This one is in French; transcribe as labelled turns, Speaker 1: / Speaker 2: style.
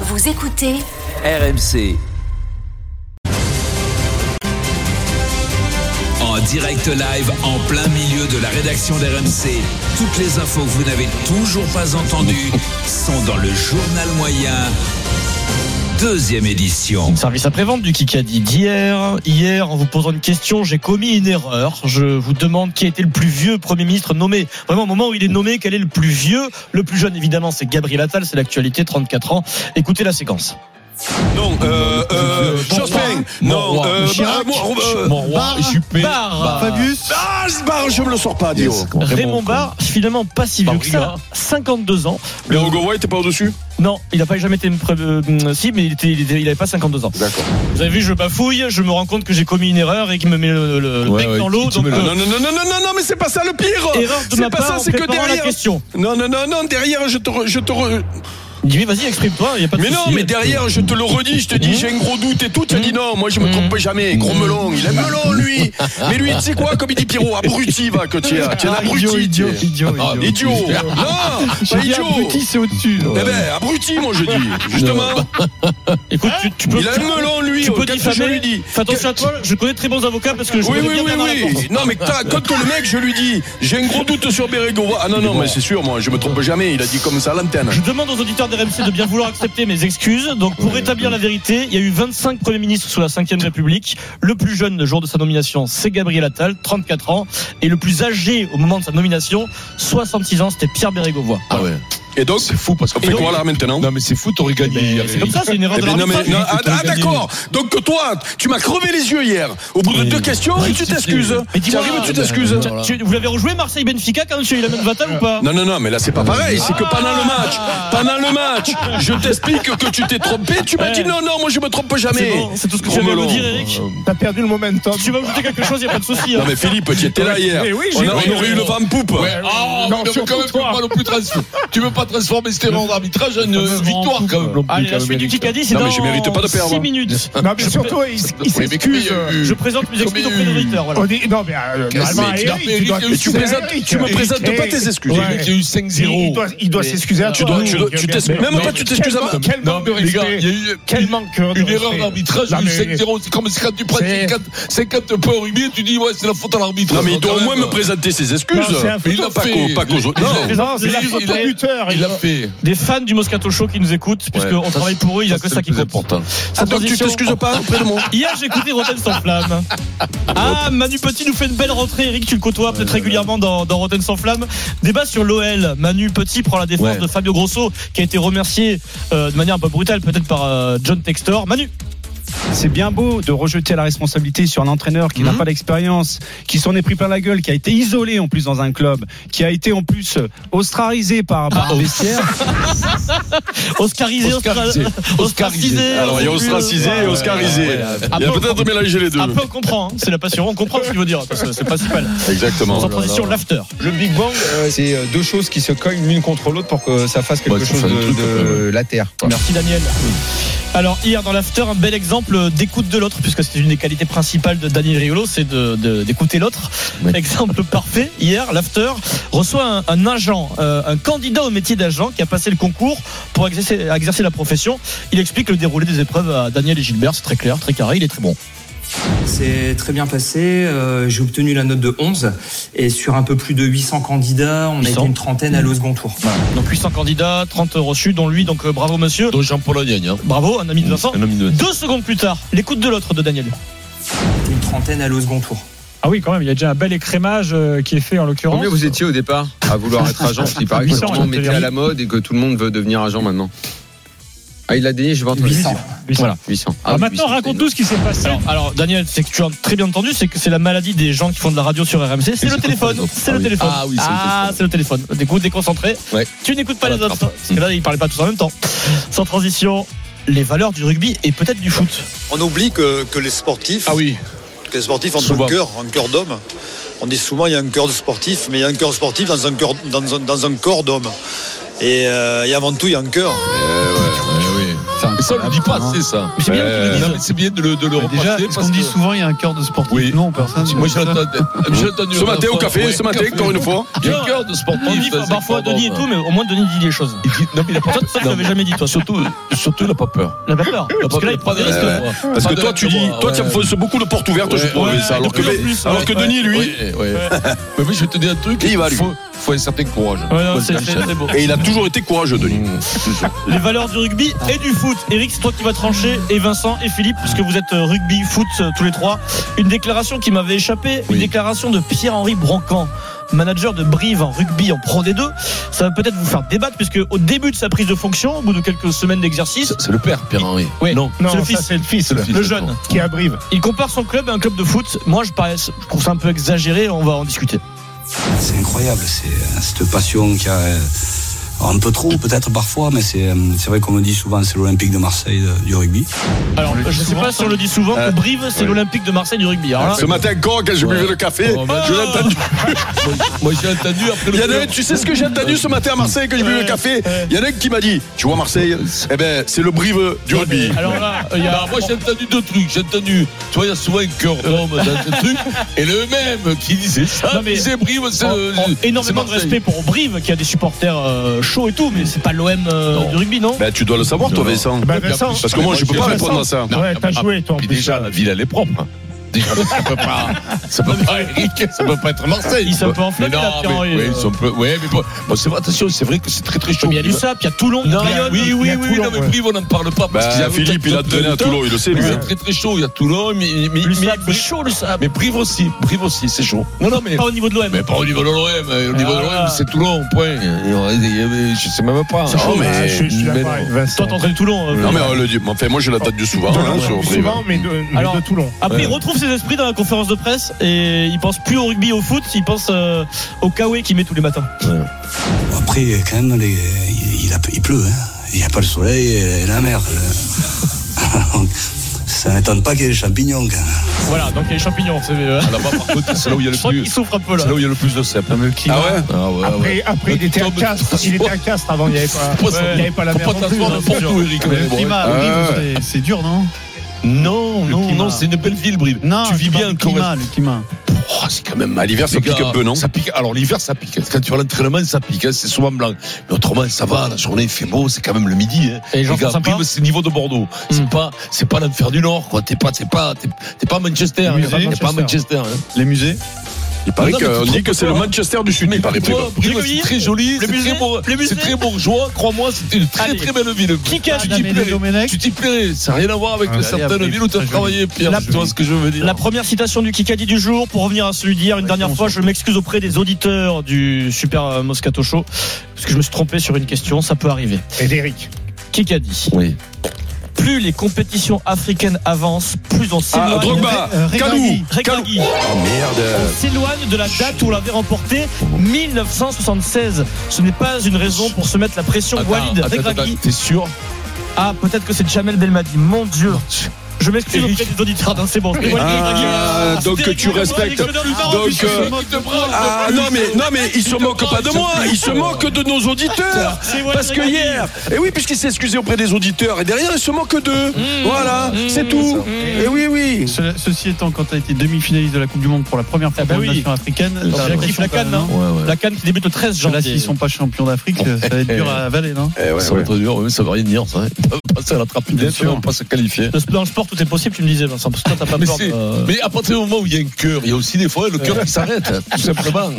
Speaker 1: Vous écoutez
Speaker 2: RMC. En direct live, en plein milieu de la rédaction d'RMC, toutes les infos que vous n'avez toujours pas entendues sont dans le journal moyen. Deuxième édition.
Speaker 3: Service après-vente du Kikadi d'hier. Hier, en vous posant une question, j'ai commis une erreur. Je vous demande qui a été le plus vieux Premier ministre nommé. Vraiment, au moment où il est nommé, quel est le plus vieux Le plus jeune, évidemment, c'est Gabriel Attal, c'est l'actualité, 34 ans. Écoutez la séquence.
Speaker 4: Non, euh, euh,
Speaker 3: Bon
Speaker 4: Jospin.
Speaker 3: roi. Bon
Speaker 4: Non,
Speaker 3: roi.
Speaker 4: euh,
Speaker 3: Chirac.
Speaker 4: bah, moi, euh,
Speaker 5: Mon roi,
Speaker 3: Barre.
Speaker 5: Juppé,
Speaker 3: Barre.
Speaker 5: Fabius.
Speaker 4: Ah, ce bar, je me le sors pas, Dio.
Speaker 3: Raymond Barre, finalement pas si vieux
Speaker 5: Barre
Speaker 3: que ça,
Speaker 5: Riga.
Speaker 3: 52 ans.
Speaker 4: Mais Ogovoy, t'es pas au-dessus
Speaker 3: Non, il n'a pas jamais été. euh, si, mais il était, il était- il avait pas 52 ans.
Speaker 4: D'accord.
Speaker 3: Vous avez vu, je bafouille, je me rends compte que j'ai commis une erreur et qu'il me met le, le- le
Speaker 5: Ouais,
Speaker 3: bec
Speaker 5: ouais,
Speaker 3: dans
Speaker 5: tu-
Speaker 3: l'eau.
Speaker 5: tu
Speaker 3: Donc,
Speaker 5: me le-
Speaker 4: Non,
Speaker 3: euh,
Speaker 4: non, non, non, non, non, non, mais c'est pas ça le pire
Speaker 3: erreur de
Speaker 4: C'est
Speaker 3: ma
Speaker 4: pas
Speaker 3: part
Speaker 4: ça,
Speaker 3: en
Speaker 4: c'est que
Speaker 3: préparant la
Speaker 4: derrière
Speaker 3: question.
Speaker 4: Non, non, non, non, derrière, je te. re- Je te re-
Speaker 3: Il dit, oui, vas-y, exprime-toi, il n'y a pas de
Speaker 4: Mais non,
Speaker 3: souci. Mm-hmm.
Speaker 4: mais derrière, je te le redis, je te dis, j'ai un gros doute et tout. Tu as dit non, moi je me trompe jamais. Gros melon, il aime melon, lui. Mais lui, tu sais quoi, comme il dit Pierrot, abruti, va, que tu es. Tu es un
Speaker 5: idiot,
Speaker 4: abruti.
Speaker 5: idiot, idiot,
Speaker 4: Ah, Idiot. Non,
Speaker 5: J'ai
Speaker 4: pas
Speaker 5: dit
Speaker 4: idiot.
Speaker 5: abruti, c'est au-dessus.
Speaker 4: Eh ben, abruti, moi je dis, justement.
Speaker 3: Écoute, tu, tu peux.
Speaker 4: Il a
Speaker 3: tu-
Speaker 4: le melon, lui.
Speaker 3: Tu peux
Speaker 4: Qu'est-ce que je
Speaker 3: diffamer.
Speaker 4: lui dis
Speaker 3: Fais attention à toi, je connais de très bons avocats parce que je
Speaker 4: Oui,
Speaker 3: connais
Speaker 4: oui,
Speaker 3: bien
Speaker 4: oui,
Speaker 3: Bernard
Speaker 4: oui.
Speaker 3: Laporte.
Speaker 4: Non, mais t'as- quand le mec, je lui dis, j'ai un gros doute sur Bérégo. Ah non, non, mais c'est sûr, moi, je me trompe jamais. Il a dit comme ça à l'antenne.
Speaker 3: Je demande aux auditeurs d'RMC de bien vouloir accepter mes excuses. Donc, pour rétablir la vérité, il y a eu 25 premiers ministres sous la 5ème République. Le plus jeune le jour de sa nomination, c'est Gabriel Attal, 34 ans. Et le plus âgé au moment de sa nomination, 66 ans, c'était Pierre Bérégovoy.
Speaker 5: Ah ouais.
Speaker 4: Et donc,
Speaker 5: C'est fou parce que.
Speaker 4: on fait quoi là maintenant
Speaker 5: Non, mais c'est fou, t'aurais gagné.
Speaker 3: Ben,
Speaker 5: hier,
Speaker 3: C'est comme
Speaker 5: Eric.
Speaker 3: ça, c'est une erreur
Speaker 4: Eh
Speaker 3: de
Speaker 4: ben, non, mais-
Speaker 3: l'arbitrage.
Speaker 4: non, ah,
Speaker 5: t'aurais
Speaker 4: ah,
Speaker 5: gagné.
Speaker 4: d'accord. Donc que toi, tu m'as crevé les yeux hier. Au bout de
Speaker 5: Oui.
Speaker 4: deux questions,
Speaker 5: Oui,
Speaker 4: tu
Speaker 5: si, si,
Speaker 4: t'excuses.
Speaker 5: oui.
Speaker 3: Mais
Speaker 4: Tu
Speaker 3: dis-moi,
Speaker 4: arrives, tu
Speaker 3: euh,
Speaker 4: t'excuses.
Speaker 5: voilà.
Speaker 3: Tu- Vous l'avez rejoué Marseille-Benfica quand monsieur il a même Vatal ou pas
Speaker 4: Non, non, non, mais là, c'est pas pareil. C'est que pendant le match, pendant le match, je t'explique que tu t'es trompé. Tu m'as
Speaker 3: Ouais.
Speaker 4: dit non, non, moi, je me trompe
Speaker 3: C'est
Speaker 4: jamais.
Speaker 3: bon, c'est tout ce que
Speaker 4: Gros
Speaker 3: j'avais à vous
Speaker 4: melon.
Speaker 3: dire, Eric.
Speaker 5: Euh, T'as perdu le momentum.
Speaker 3: Si tu veux ajouter quelque chose, il n'y a pas de souci. hein.
Speaker 4: Non, mais Philippe, tu étais là hier.
Speaker 5: Mais oui, j'ai
Speaker 4: on, a-
Speaker 5: vu.
Speaker 4: on aurait eu le vent de poupe.
Speaker 5: Ouais. Ah,
Speaker 6: Non,
Speaker 5: mais
Speaker 6: surtout
Speaker 5: quand même, tu peux
Speaker 6: toi.
Speaker 5: pas non plus transformer. Tu veux pas transformer cet erreur d'arbitrage en euh, victoire quand même. non plus,
Speaker 3: Allez, la
Speaker 5: quand
Speaker 3: suite
Speaker 5: même,
Speaker 3: du
Speaker 5: Eric.
Speaker 3: Kikadi, c'est
Speaker 4: Non,
Speaker 3: dans
Speaker 4: mais je mérite pas de perdre,
Speaker 3: 6
Speaker 4: hein.
Speaker 3: minutes.
Speaker 6: Non, mais surtout, il, s- il
Speaker 5: Oui, mais comme il y
Speaker 6: s'excuse.
Speaker 5: a eu-
Speaker 3: Je présente mes excuses auprès
Speaker 5: Comme
Speaker 3: de
Speaker 5: il y a eu-
Speaker 3: l'auditeur. Voilà.
Speaker 5: Oh.
Speaker 6: On dit- non, mais euh,
Speaker 5: Qu'est-ce
Speaker 6: normalement,
Speaker 5: que c'est
Speaker 6: Eric,
Speaker 5: que tu
Speaker 6: tu dois-
Speaker 5: as fait,
Speaker 6: tu
Speaker 5: Eric
Speaker 6: plaisantes-
Speaker 4: Tu me
Speaker 6: Eric,
Speaker 4: présentes
Speaker 6: Eric,
Speaker 4: pas tes excuses.
Speaker 5: Eric, il
Speaker 6: Ouais.
Speaker 5: y a eu
Speaker 6: Il, il doit,
Speaker 5: 5-0.
Speaker 6: il doit s'excuser à
Speaker 4: Tu
Speaker 6: toi.
Speaker 4: dois- tu dois- tu t'excuses- même pas, tu t'excuses à moi.
Speaker 6: Quel
Speaker 5: Non,
Speaker 6: manque de
Speaker 5: mais les gars, il y
Speaker 6: respect.
Speaker 5: a eu
Speaker 6: Quel manque de
Speaker 5: Une
Speaker 6: respect.
Speaker 5: erreur d'arbitrage,
Speaker 6: Non,
Speaker 5: du
Speaker 6: mais-
Speaker 5: 5-0, c'est comme si quand tu prends
Speaker 6: C'est-
Speaker 5: 50, 50 points au rugby, tu dis, ouais, c'est la faute à l'arbitre.
Speaker 4: Non, mais il
Speaker 5: Alors,
Speaker 4: doit
Speaker 5: quand
Speaker 4: au moins
Speaker 5: même,
Speaker 4: me présenter ses excuses.
Speaker 6: Non, c'est un
Speaker 4: Mais il l'a
Speaker 5: foutu.
Speaker 4: pas qu'au- pas qu'aux autres.
Speaker 5: Il
Speaker 4: Non.
Speaker 5: l'a-
Speaker 6: Non, c'est la
Speaker 5: Il-
Speaker 6: faute
Speaker 5: il-
Speaker 6: au buteur.
Speaker 5: Il l'a fait.
Speaker 3: Des fans du Moscato Show qui nous écoutent, puisqu'on
Speaker 5: Ouais, ça,
Speaker 3: travaille pour eux, il n'y a que ça
Speaker 5: c'est
Speaker 3: qui
Speaker 5: le plus
Speaker 3: compte.
Speaker 5: important.
Speaker 3: Sans
Speaker 4: Ah, donc tu
Speaker 3: transition,
Speaker 4: t'excuses pas auprès de moi.
Speaker 3: Hier, j'ai écouté Rotten sans flamme. Ah, Manu Petit nous fait une belle rentrée. Eric, tu le côtoies peut-être régulièrement dans, dans Rotten sans flamme. Débat sur l'OL. Manu Petit prend la défense
Speaker 5: Ouais.
Speaker 3: de Fabio Grosso, qui a été remercié euh, de manière un peu brutale, peut-être par euh, John Textor. Manu,
Speaker 7: C'est bien beau de rejeter la responsabilité sur un entraîneur qui n'a pas d'expérience, qui s'en est pris plein la gueule, qui a été isolé en plus dans un club, qui a été en plus austrarisé par, par un vestiaire.
Speaker 3: Oscarisé,
Speaker 5: Oscarisé.
Speaker 3: Oscar- Oscarisé.
Speaker 4: Alors, il y a
Speaker 3: on sait plus,
Speaker 4: ostracisé
Speaker 3: euh,
Speaker 4: et oscarisé. Il y a
Speaker 3: Après, on-
Speaker 4: peut-être mélangé les deux.
Speaker 3: Après, on comprend, hein. c'est la passion, on comprend ce qu'il veut dire, parce que c'est le principal.
Speaker 4: Exactement.
Speaker 3: Sans transition, l'after.
Speaker 8: Le Big Bang, euh, c'est euh, deux choses qui se cognent l'une contre l'autre pour que ça fasse quelque
Speaker 5: Ouais, ça
Speaker 8: chose
Speaker 5: fait un
Speaker 8: de,
Speaker 5: truc,
Speaker 8: de la Terre. quoi.
Speaker 3: Merci Daniel. Alors hier dans l'after, un bel exemple d'écoute de l'autre, puisque c'est une des qualités principales de Daniel Riolo, c'est de- de- d'écouter l'autre.
Speaker 5: Oui.
Speaker 3: Exemple parfait, hier l'after reçoit un, un agent, euh, un candidat au métier d'agent qui a passé le concours pour exercer, exercer la profession. Il explique le déroulé des épreuves à Daniel et Gilbert, c'est très clair, très carré, il est très bon.
Speaker 9: C'est très bien passé. euh, J'ai obtenu la note de 11. Et sur un peu plus de 800 candidats, on
Speaker 3: 800.
Speaker 9: a été une trentaine à aller au second tour.
Speaker 3: Donc 800 candidats, 30 reçus, dont lui, donc euh, bravo monsieur.
Speaker 5: Donc Jean-Paul Agnagne, hein.
Speaker 3: Bravo, un ami de Vincent.
Speaker 5: Un homme de-
Speaker 3: Deux secondes plus tard, l'écoute de l'autre de Daniel.
Speaker 9: Une trentaine à aller au second tour.
Speaker 6: Ah oui, quand même, il y a déjà un bel écrémage euh, qui est fait en l'occurrence.
Speaker 10: Combien vous étiez au départ à vouloir être agent Il paraît que
Speaker 6: 800,
Speaker 10: tout le monde
Speaker 6: je te
Speaker 10: mettait
Speaker 6: dis.
Speaker 10: à la mode et que tout le monde veut devenir agent maintenant. Ah, il l'a dénié, je vais entendu.
Speaker 9: 800.
Speaker 10: Voilà, 800. Ah
Speaker 6: Alors
Speaker 10: oui,
Speaker 6: maintenant,
Speaker 10: 800,
Speaker 6: raconte-nous ce qui s'est passé.
Speaker 3: Alors, alors, Daniel, c'est que tu as très bien entendu, c'est que c'est la maladie des gens qui font de la radio sur RMC, c'est le
Speaker 5: c'est
Speaker 3: téléphone,
Speaker 5: pas les autres.
Speaker 3: c'est
Speaker 5: Ah
Speaker 3: le
Speaker 5: oui.
Speaker 3: téléphone.
Speaker 5: Ah oui, c'est le
Speaker 3: Ah,
Speaker 5: téléphone.
Speaker 3: c'est le téléphone. Des coups déconcentrés.
Speaker 10: Ouais.
Speaker 3: Tu n'écoutes pas
Speaker 5: Ça
Speaker 3: les autres.
Speaker 5: l'attrape.
Speaker 3: Parce que là, ils parlaient pas tous en même temps. Sans transition, les valeurs du rugby et peut-être du foot.
Speaker 11: On oublie que, que les sportifs,
Speaker 5: Ah oui,
Speaker 11: que les sportifs ont
Speaker 5: Souvent.
Speaker 11: un cœur, un cœur d'homme. On dit souvent il y a un cœur de sportif, mais il y a un cœur de sportif dans un, cœur- dans un- dans un corps d'homme. Et, euh, et avant tout, il y a un cœur.
Speaker 5: Ah Mais ça, on le dit pas assez, ça.
Speaker 3: Mais c'est bien
Speaker 5: Euh,
Speaker 3: qu'ils le disent.
Speaker 5: non, mais c'est bien de le, de le
Speaker 7: Mais
Speaker 5: repasser.
Speaker 7: Déjà, ce
Speaker 5: parce
Speaker 7: qu'on dit
Speaker 5: que-
Speaker 7: souvent, il y a un cœur de sportif.
Speaker 5: Oui.
Speaker 7: Non, personne.
Speaker 5: Moi, j'ai entendu- j'ai entendu
Speaker 4: Ce
Speaker 5: la
Speaker 4: matin au
Speaker 5: fois,
Speaker 4: café,
Speaker 5: ouais,
Speaker 4: ce matin, encore une fois.
Speaker 5: Il y a un cœur de sportif.
Speaker 3: On dit
Speaker 5: ça, c'est
Speaker 3: parfois
Speaker 5: pas
Speaker 3: Denis et
Speaker 5: bon,
Speaker 3: tout, mais au moins Denis dit les choses.
Speaker 5: hein. Il dit- Non, mais il a pas
Speaker 3: Toi, toi, tu l'avais jamais dit, toi.
Speaker 5: Surtout, surtout, il n'a pas peur.
Speaker 3: Il n'a pas peur. Parce que là, il prend des risques.
Speaker 5: Ouais,
Speaker 3: quoi.
Speaker 4: Parce que
Speaker 5: Pas
Speaker 4: toi,
Speaker 5: de-
Speaker 4: tu dis,
Speaker 5: ouais,
Speaker 4: toi, tu
Speaker 5: ouais.
Speaker 4: enfonces beaucoup de portes ouvertes, je
Speaker 5: Ouais,
Speaker 4: trouve.
Speaker 5: ouais,
Speaker 4: ça, alors
Speaker 3: de
Speaker 4: que,
Speaker 3: plus en plus,
Speaker 4: alors que
Speaker 3: ouais.
Speaker 4: Denis, lui,
Speaker 5: Ouais, ouais. Mais oui, je vais te dire un truc.
Speaker 4: Il va, lui.
Speaker 5: faut, faut un certain courage.
Speaker 3: Ouais, non,
Speaker 5: Faut
Speaker 3: c'est-
Speaker 5: se
Speaker 3: c'est
Speaker 5: cacher.
Speaker 3: très beau.
Speaker 4: et il a toujours été courageux, Denis.
Speaker 3: Les valeurs du rugby et du foot. Eric, c'est toi qui vas trancher, et Vincent et Philippe, puisque vous êtes euh, rugby, foot euh, tous les trois. Une déclaration qui m'avait échappé, une
Speaker 5: Oui.
Speaker 3: déclaration de Pierre-Henri Brancan, manager de Brive en rugby en Pro D2. Ça va peut-être vous faire débattre, puisque au début de sa prise de fonction, au bout de quelques semaines d'exercice,
Speaker 5: C'est le père, Pierre-Henri.
Speaker 3: Oui.
Speaker 5: Non.
Speaker 3: c'est le
Speaker 6: ça,
Speaker 3: fils.
Speaker 6: c'est le fils,
Speaker 5: le fils,
Speaker 3: le
Speaker 5: d'accord.
Speaker 3: jeune.
Speaker 6: qui est à Brive.
Speaker 3: Il compare son club à un club de foot. Moi, je, parais- je trouve ça un peu exagéré. On va en discuter.
Speaker 1: C'est incroyable, c'est euh, cette passion qu'il y a euh, un peu trop peut-être parfois, mais c'est euh, c'est vrai qu'on me dit souvent c'est l'Olympique de Marseille euh, du rugby.
Speaker 3: Alors, je ne sais pas si on le dit souvent,
Speaker 5: Euh,
Speaker 3: que Brive, c'est l'Olympique de Marseille du rugby. Alors là,
Speaker 4: Ce matin, encore, quand je buvais le café, je l'ai entendu.
Speaker 5: Moi, j'ai entendu après le.
Speaker 4: Il y en a un, tu sais ce que j'ai entendu ce matin à Marseille quand j'ai bu le café Il y en a un qui m'a dit Tu vois Marseille Eh ben c'est le brive du rugby.
Speaker 3: alors là, il y a.
Speaker 5: Bah, moi j'ai entendu deux trucs, j'ai entendu, tu vois il y a souvent un cœur d'homme dans ce truc, et le même qui disait ça,
Speaker 3: Non, mais-
Speaker 5: disait Brive, c'est
Speaker 3: En-
Speaker 5: euh,
Speaker 3: en-
Speaker 5: c'est
Speaker 3: énormément de
Speaker 5: Marseille.
Speaker 3: respect pour Brive qui a des supporters euh, chauds et tout, mais c'est pas l'OM euh,
Speaker 5: Non. Bah,
Speaker 3: du rugby, non
Speaker 4: Ben tu dois le savoir toi
Speaker 5: Non.
Speaker 4: Vincent.
Speaker 6: Bah, Vincent,
Speaker 4: Parce que moi je peux pas répondre à ça.
Speaker 5: Non,
Speaker 6: ouais, t'as
Speaker 5: ah,
Speaker 6: joué, toi, en
Speaker 5: Puis
Speaker 6: plus.
Speaker 5: déjà la ville elle est propre. hein. Déjà ça peut pas, ça peut pas Eric, ça peut pas être Marseille.
Speaker 3: Ils sont un peu
Speaker 5: Mais
Speaker 3: enflammés,
Speaker 5: non,
Speaker 3: là, Pierre-Henri.
Speaker 5: mais, oui, ils sont un peu, ouais, mais bon, bon, c'est vrai, attention, c'est vrai que c'est très très chaud. Bah,
Speaker 3: Mais Il y a du SAP, il y a Toulon, il y a
Speaker 5: Non,
Speaker 3: Bayonne.
Speaker 5: oui,
Speaker 3: il
Speaker 5: oui,
Speaker 3: y a
Speaker 5: oui,
Speaker 3: Toulon,
Speaker 5: non, mais
Speaker 3: ouais.
Speaker 5: Brive, on n'en parle pas. parce qu'ils
Speaker 4: Ben
Speaker 5: avaient
Speaker 4: Philippe il a
Speaker 5: peut-être
Speaker 4: donné à
Speaker 5: le temps.
Speaker 4: Toulon, il le sait lui.
Speaker 5: C'est
Speaker 4: hein.
Speaker 5: très très chaud, il y a Toulon, mais, mais,
Speaker 3: Le
Speaker 5: mais-
Speaker 3: SAP, c'est chaud le SAP.
Speaker 5: mais Brive aussi, Brive aussi, c'est chaud. Non, non, mais
Speaker 3: Pas au niveau de l'OM.
Speaker 5: Mais pas au niveau de l'OM, euh, au niveau de
Speaker 3: Ah.
Speaker 5: l'OM, c'est Toulon, point. Et on- et- et- Je sais même pas.
Speaker 4: chaud, mais-
Speaker 6: Ah, je, je suis
Speaker 5: mais
Speaker 6: d'accord avec Vincent.
Speaker 3: Toi, t'entraînes Toulon. euh,
Speaker 4: Non mais
Speaker 3: Brive.
Speaker 4: on le dit. Enfin moi je la date du souvent
Speaker 6: Toulon,
Speaker 4: hein,
Speaker 6: ouais.
Speaker 4: sur
Speaker 6: Plus
Speaker 4: brive.
Speaker 6: souvent, mais de, mais
Speaker 3: Alors-
Speaker 6: de Toulon.
Speaker 3: Après, il
Speaker 5: Ouais.
Speaker 3: retrouve ses esprits dans la conférence de presse et il pense plus au rugby, au foot, il pense euh, au kawé qu'il met tous les matins.
Speaker 1: Bon, Après, quand même, les- il, il a- il pleut, hein. il n'y a pas le soleil et la mer. le- Ça n'étonne pas qu'il y ait des champignons quand même.
Speaker 3: Voilà, donc il y a les champignons. c'est, euh,
Speaker 5: Ah, Là-bas, par contre, c'est là où il y a le
Speaker 3: Je crois qu'il
Speaker 5: plus.
Speaker 3: souffre un peu là.
Speaker 5: C'est là où il y a le plus de cèpes.
Speaker 4: Ah ouais
Speaker 5: Ah ouais,
Speaker 6: Après,
Speaker 5: ouais.
Speaker 6: après il était à
Speaker 5: Tom-
Speaker 6: Castres. Il était à Castres avant, il n'y avait pas,
Speaker 5: Faut pas-
Speaker 6: il y avait pas la
Speaker 5: Faut
Speaker 6: mer.
Speaker 5: pas
Speaker 6: non plus,
Speaker 5: t'asseoir
Speaker 6: hein,
Speaker 5: n'importe
Speaker 6: c'est
Speaker 5: où,
Speaker 6: sûr.
Speaker 5: Eric. mais bon, ouais.
Speaker 4: Ah, ouais.
Speaker 7: C'est dur, non
Speaker 5: Non, non,
Speaker 7: climat.
Speaker 5: non, c'est une belle ville, Brive. tu vis bien quand même.
Speaker 7: le climat.
Speaker 5: Oh, c'est quand même
Speaker 4: Ah, l'hiver, ça
Speaker 5: Les
Speaker 4: pique
Speaker 5: gars,
Speaker 4: un peu, non
Speaker 5: Ça pique. Alors l'hiver ça pique. Quand tu vas à l'entraînement ça pique. hein, C'est souvent blanc. Mais autrement ça va. La journée il fait beau. C'est quand même le midi. Hein.
Speaker 3: Et les gens
Speaker 5: gars,
Speaker 3: sont sympas
Speaker 5: Brive, c'est le niveau de Bordeaux. C'est pas c'est pas l'enfer du Nord quoi. T'es pas t'es pas t'es t'es pas à Manchester. hein,
Speaker 7: Les
Speaker 5: T'es
Speaker 7: musées,
Speaker 5: pas à Manchester. hein.
Speaker 7: Les musées
Speaker 4: Il paraît
Speaker 5: Non, mais
Speaker 4: qu'on
Speaker 5: tu te
Speaker 4: dit que c'est le Manchester du Sud.
Speaker 5: Mais
Speaker 4: Il paraît
Speaker 5: toi,
Speaker 4: Brive.
Speaker 5: Brive,
Speaker 3: Le
Speaker 5: c'est
Speaker 3: musée,
Speaker 5: très joli,
Speaker 3: le
Speaker 5: c'est
Speaker 3: musée,
Speaker 5: très, bour-
Speaker 3: le musée.
Speaker 5: c'est très bourgeois, crois-moi, c'est une très
Speaker 3: Allez.
Speaker 5: très belle ville.
Speaker 3: Qui cache
Speaker 5: tu t'y plairais, tu t'y plairais, ça n'a rien à voir avec
Speaker 7: Ah, allez,
Speaker 5: certaines
Speaker 7: après,
Speaker 5: villes où tu as
Speaker 7: très
Speaker 5: travaillé, Pierre,
Speaker 3: La-
Speaker 5: tu vois ce que je veux dire.
Speaker 3: La première citation du Kikadi du jour, pour revenir à celui d'hier, une dernière fois, je m'excuse auprès des auditeurs du Super euh, Moscato Show, parce que je me suis trompé sur une question, ça peut arriver.
Speaker 6: Et d'Eric.
Speaker 3: Kikadi,
Speaker 5: Oui.
Speaker 3: plus les compétitions africaines avancent, plus on
Speaker 4: Ah,
Speaker 3: s'éloigne.
Speaker 4: Drogba,
Speaker 7: Ré-
Speaker 4: Kalou,
Speaker 3: Regragui.
Speaker 4: Oh merde.
Speaker 3: On s'éloigne de la date où on l'avait remporté 1976. Ce n'est pas une raison pour se mettre la pression.
Speaker 5: Attends,
Speaker 3: Walid
Speaker 5: attends, attends,
Speaker 3: Regragui.
Speaker 5: T'es sûr
Speaker 3: Ah, peut-être que c'est Jamel Belmadi. Mon Dieu. Je m'excuse
Speaker 5: Eric.
Speaker 3: auprès des auditeurs. Non, c'est bon. c'est Walid Regragui.
Speaker 4: Ah, donc
Speaker 3: C'était
Speaker 4: tu
Speaker 3: rigolo,
Speaker 4: respectes.
Speaker 3: Eric Lenoir, il
Speaker 4: Donc,
Speaker 3: parle,
Speaker 4: euh, Ah non mais non mais ils se moquent pas de moi, ils se moquent de nos auditeurs.
Speaker 3: C'est Walid
Speaker 4: Parce que
Speaker 3: Regragui.
Speaker 4: hier, et oui, puisqu'il s'est excusé auprès des auditeurs, et derrière, il se moque d'eux. voilà, c'est tout. Et oui, oui.
Speaker 7: Ce- Ceci étant, quand tu as été demi-finaliste de la Coupe du Monde pour la première fois
Speaker 3: Ah bah
Speaker 7: pour une
Speaker 3: oui.
Speaker 7: nation africaine,
Speaker 3: J'ai
Speaker 7: t'as
Speaker 3: actif
Speaker 7: l'impression
Speaker 3: la
Speaker 7: quand même,
Speaker 3: canne, hein.
Speaker 5: Ouais, ouais.
Speaker 3: La canne qui débute le 13
Speaker 7: Là,
Speaker 3: janvier.
Speaker 7: s'ils sont pas champions d'Afrique, ça va être dur à avaler, non
Speaker 4: Eh ouais,
Speaker 5: ça va
Speaker 4: ouais.
Speaker 5: être dur, oui, ça va rien dire, ça. Ils peuvent passer à la trappe, bien sûr, ils vont pas se qualifier. euh,
Speaker 3: Dans le sport, tout est possible, tu me disais, Vincent, parce que toi, t'as pas euh,
Speaker 5: Mais,
Speaker 3: peur.
Speaker 5: c'est-
Speaker 3: de-
Speaker 5: mais à partir du moment où il y a un cœur, il y a aussi des fois le cœur qui s'arrête, tout simplement.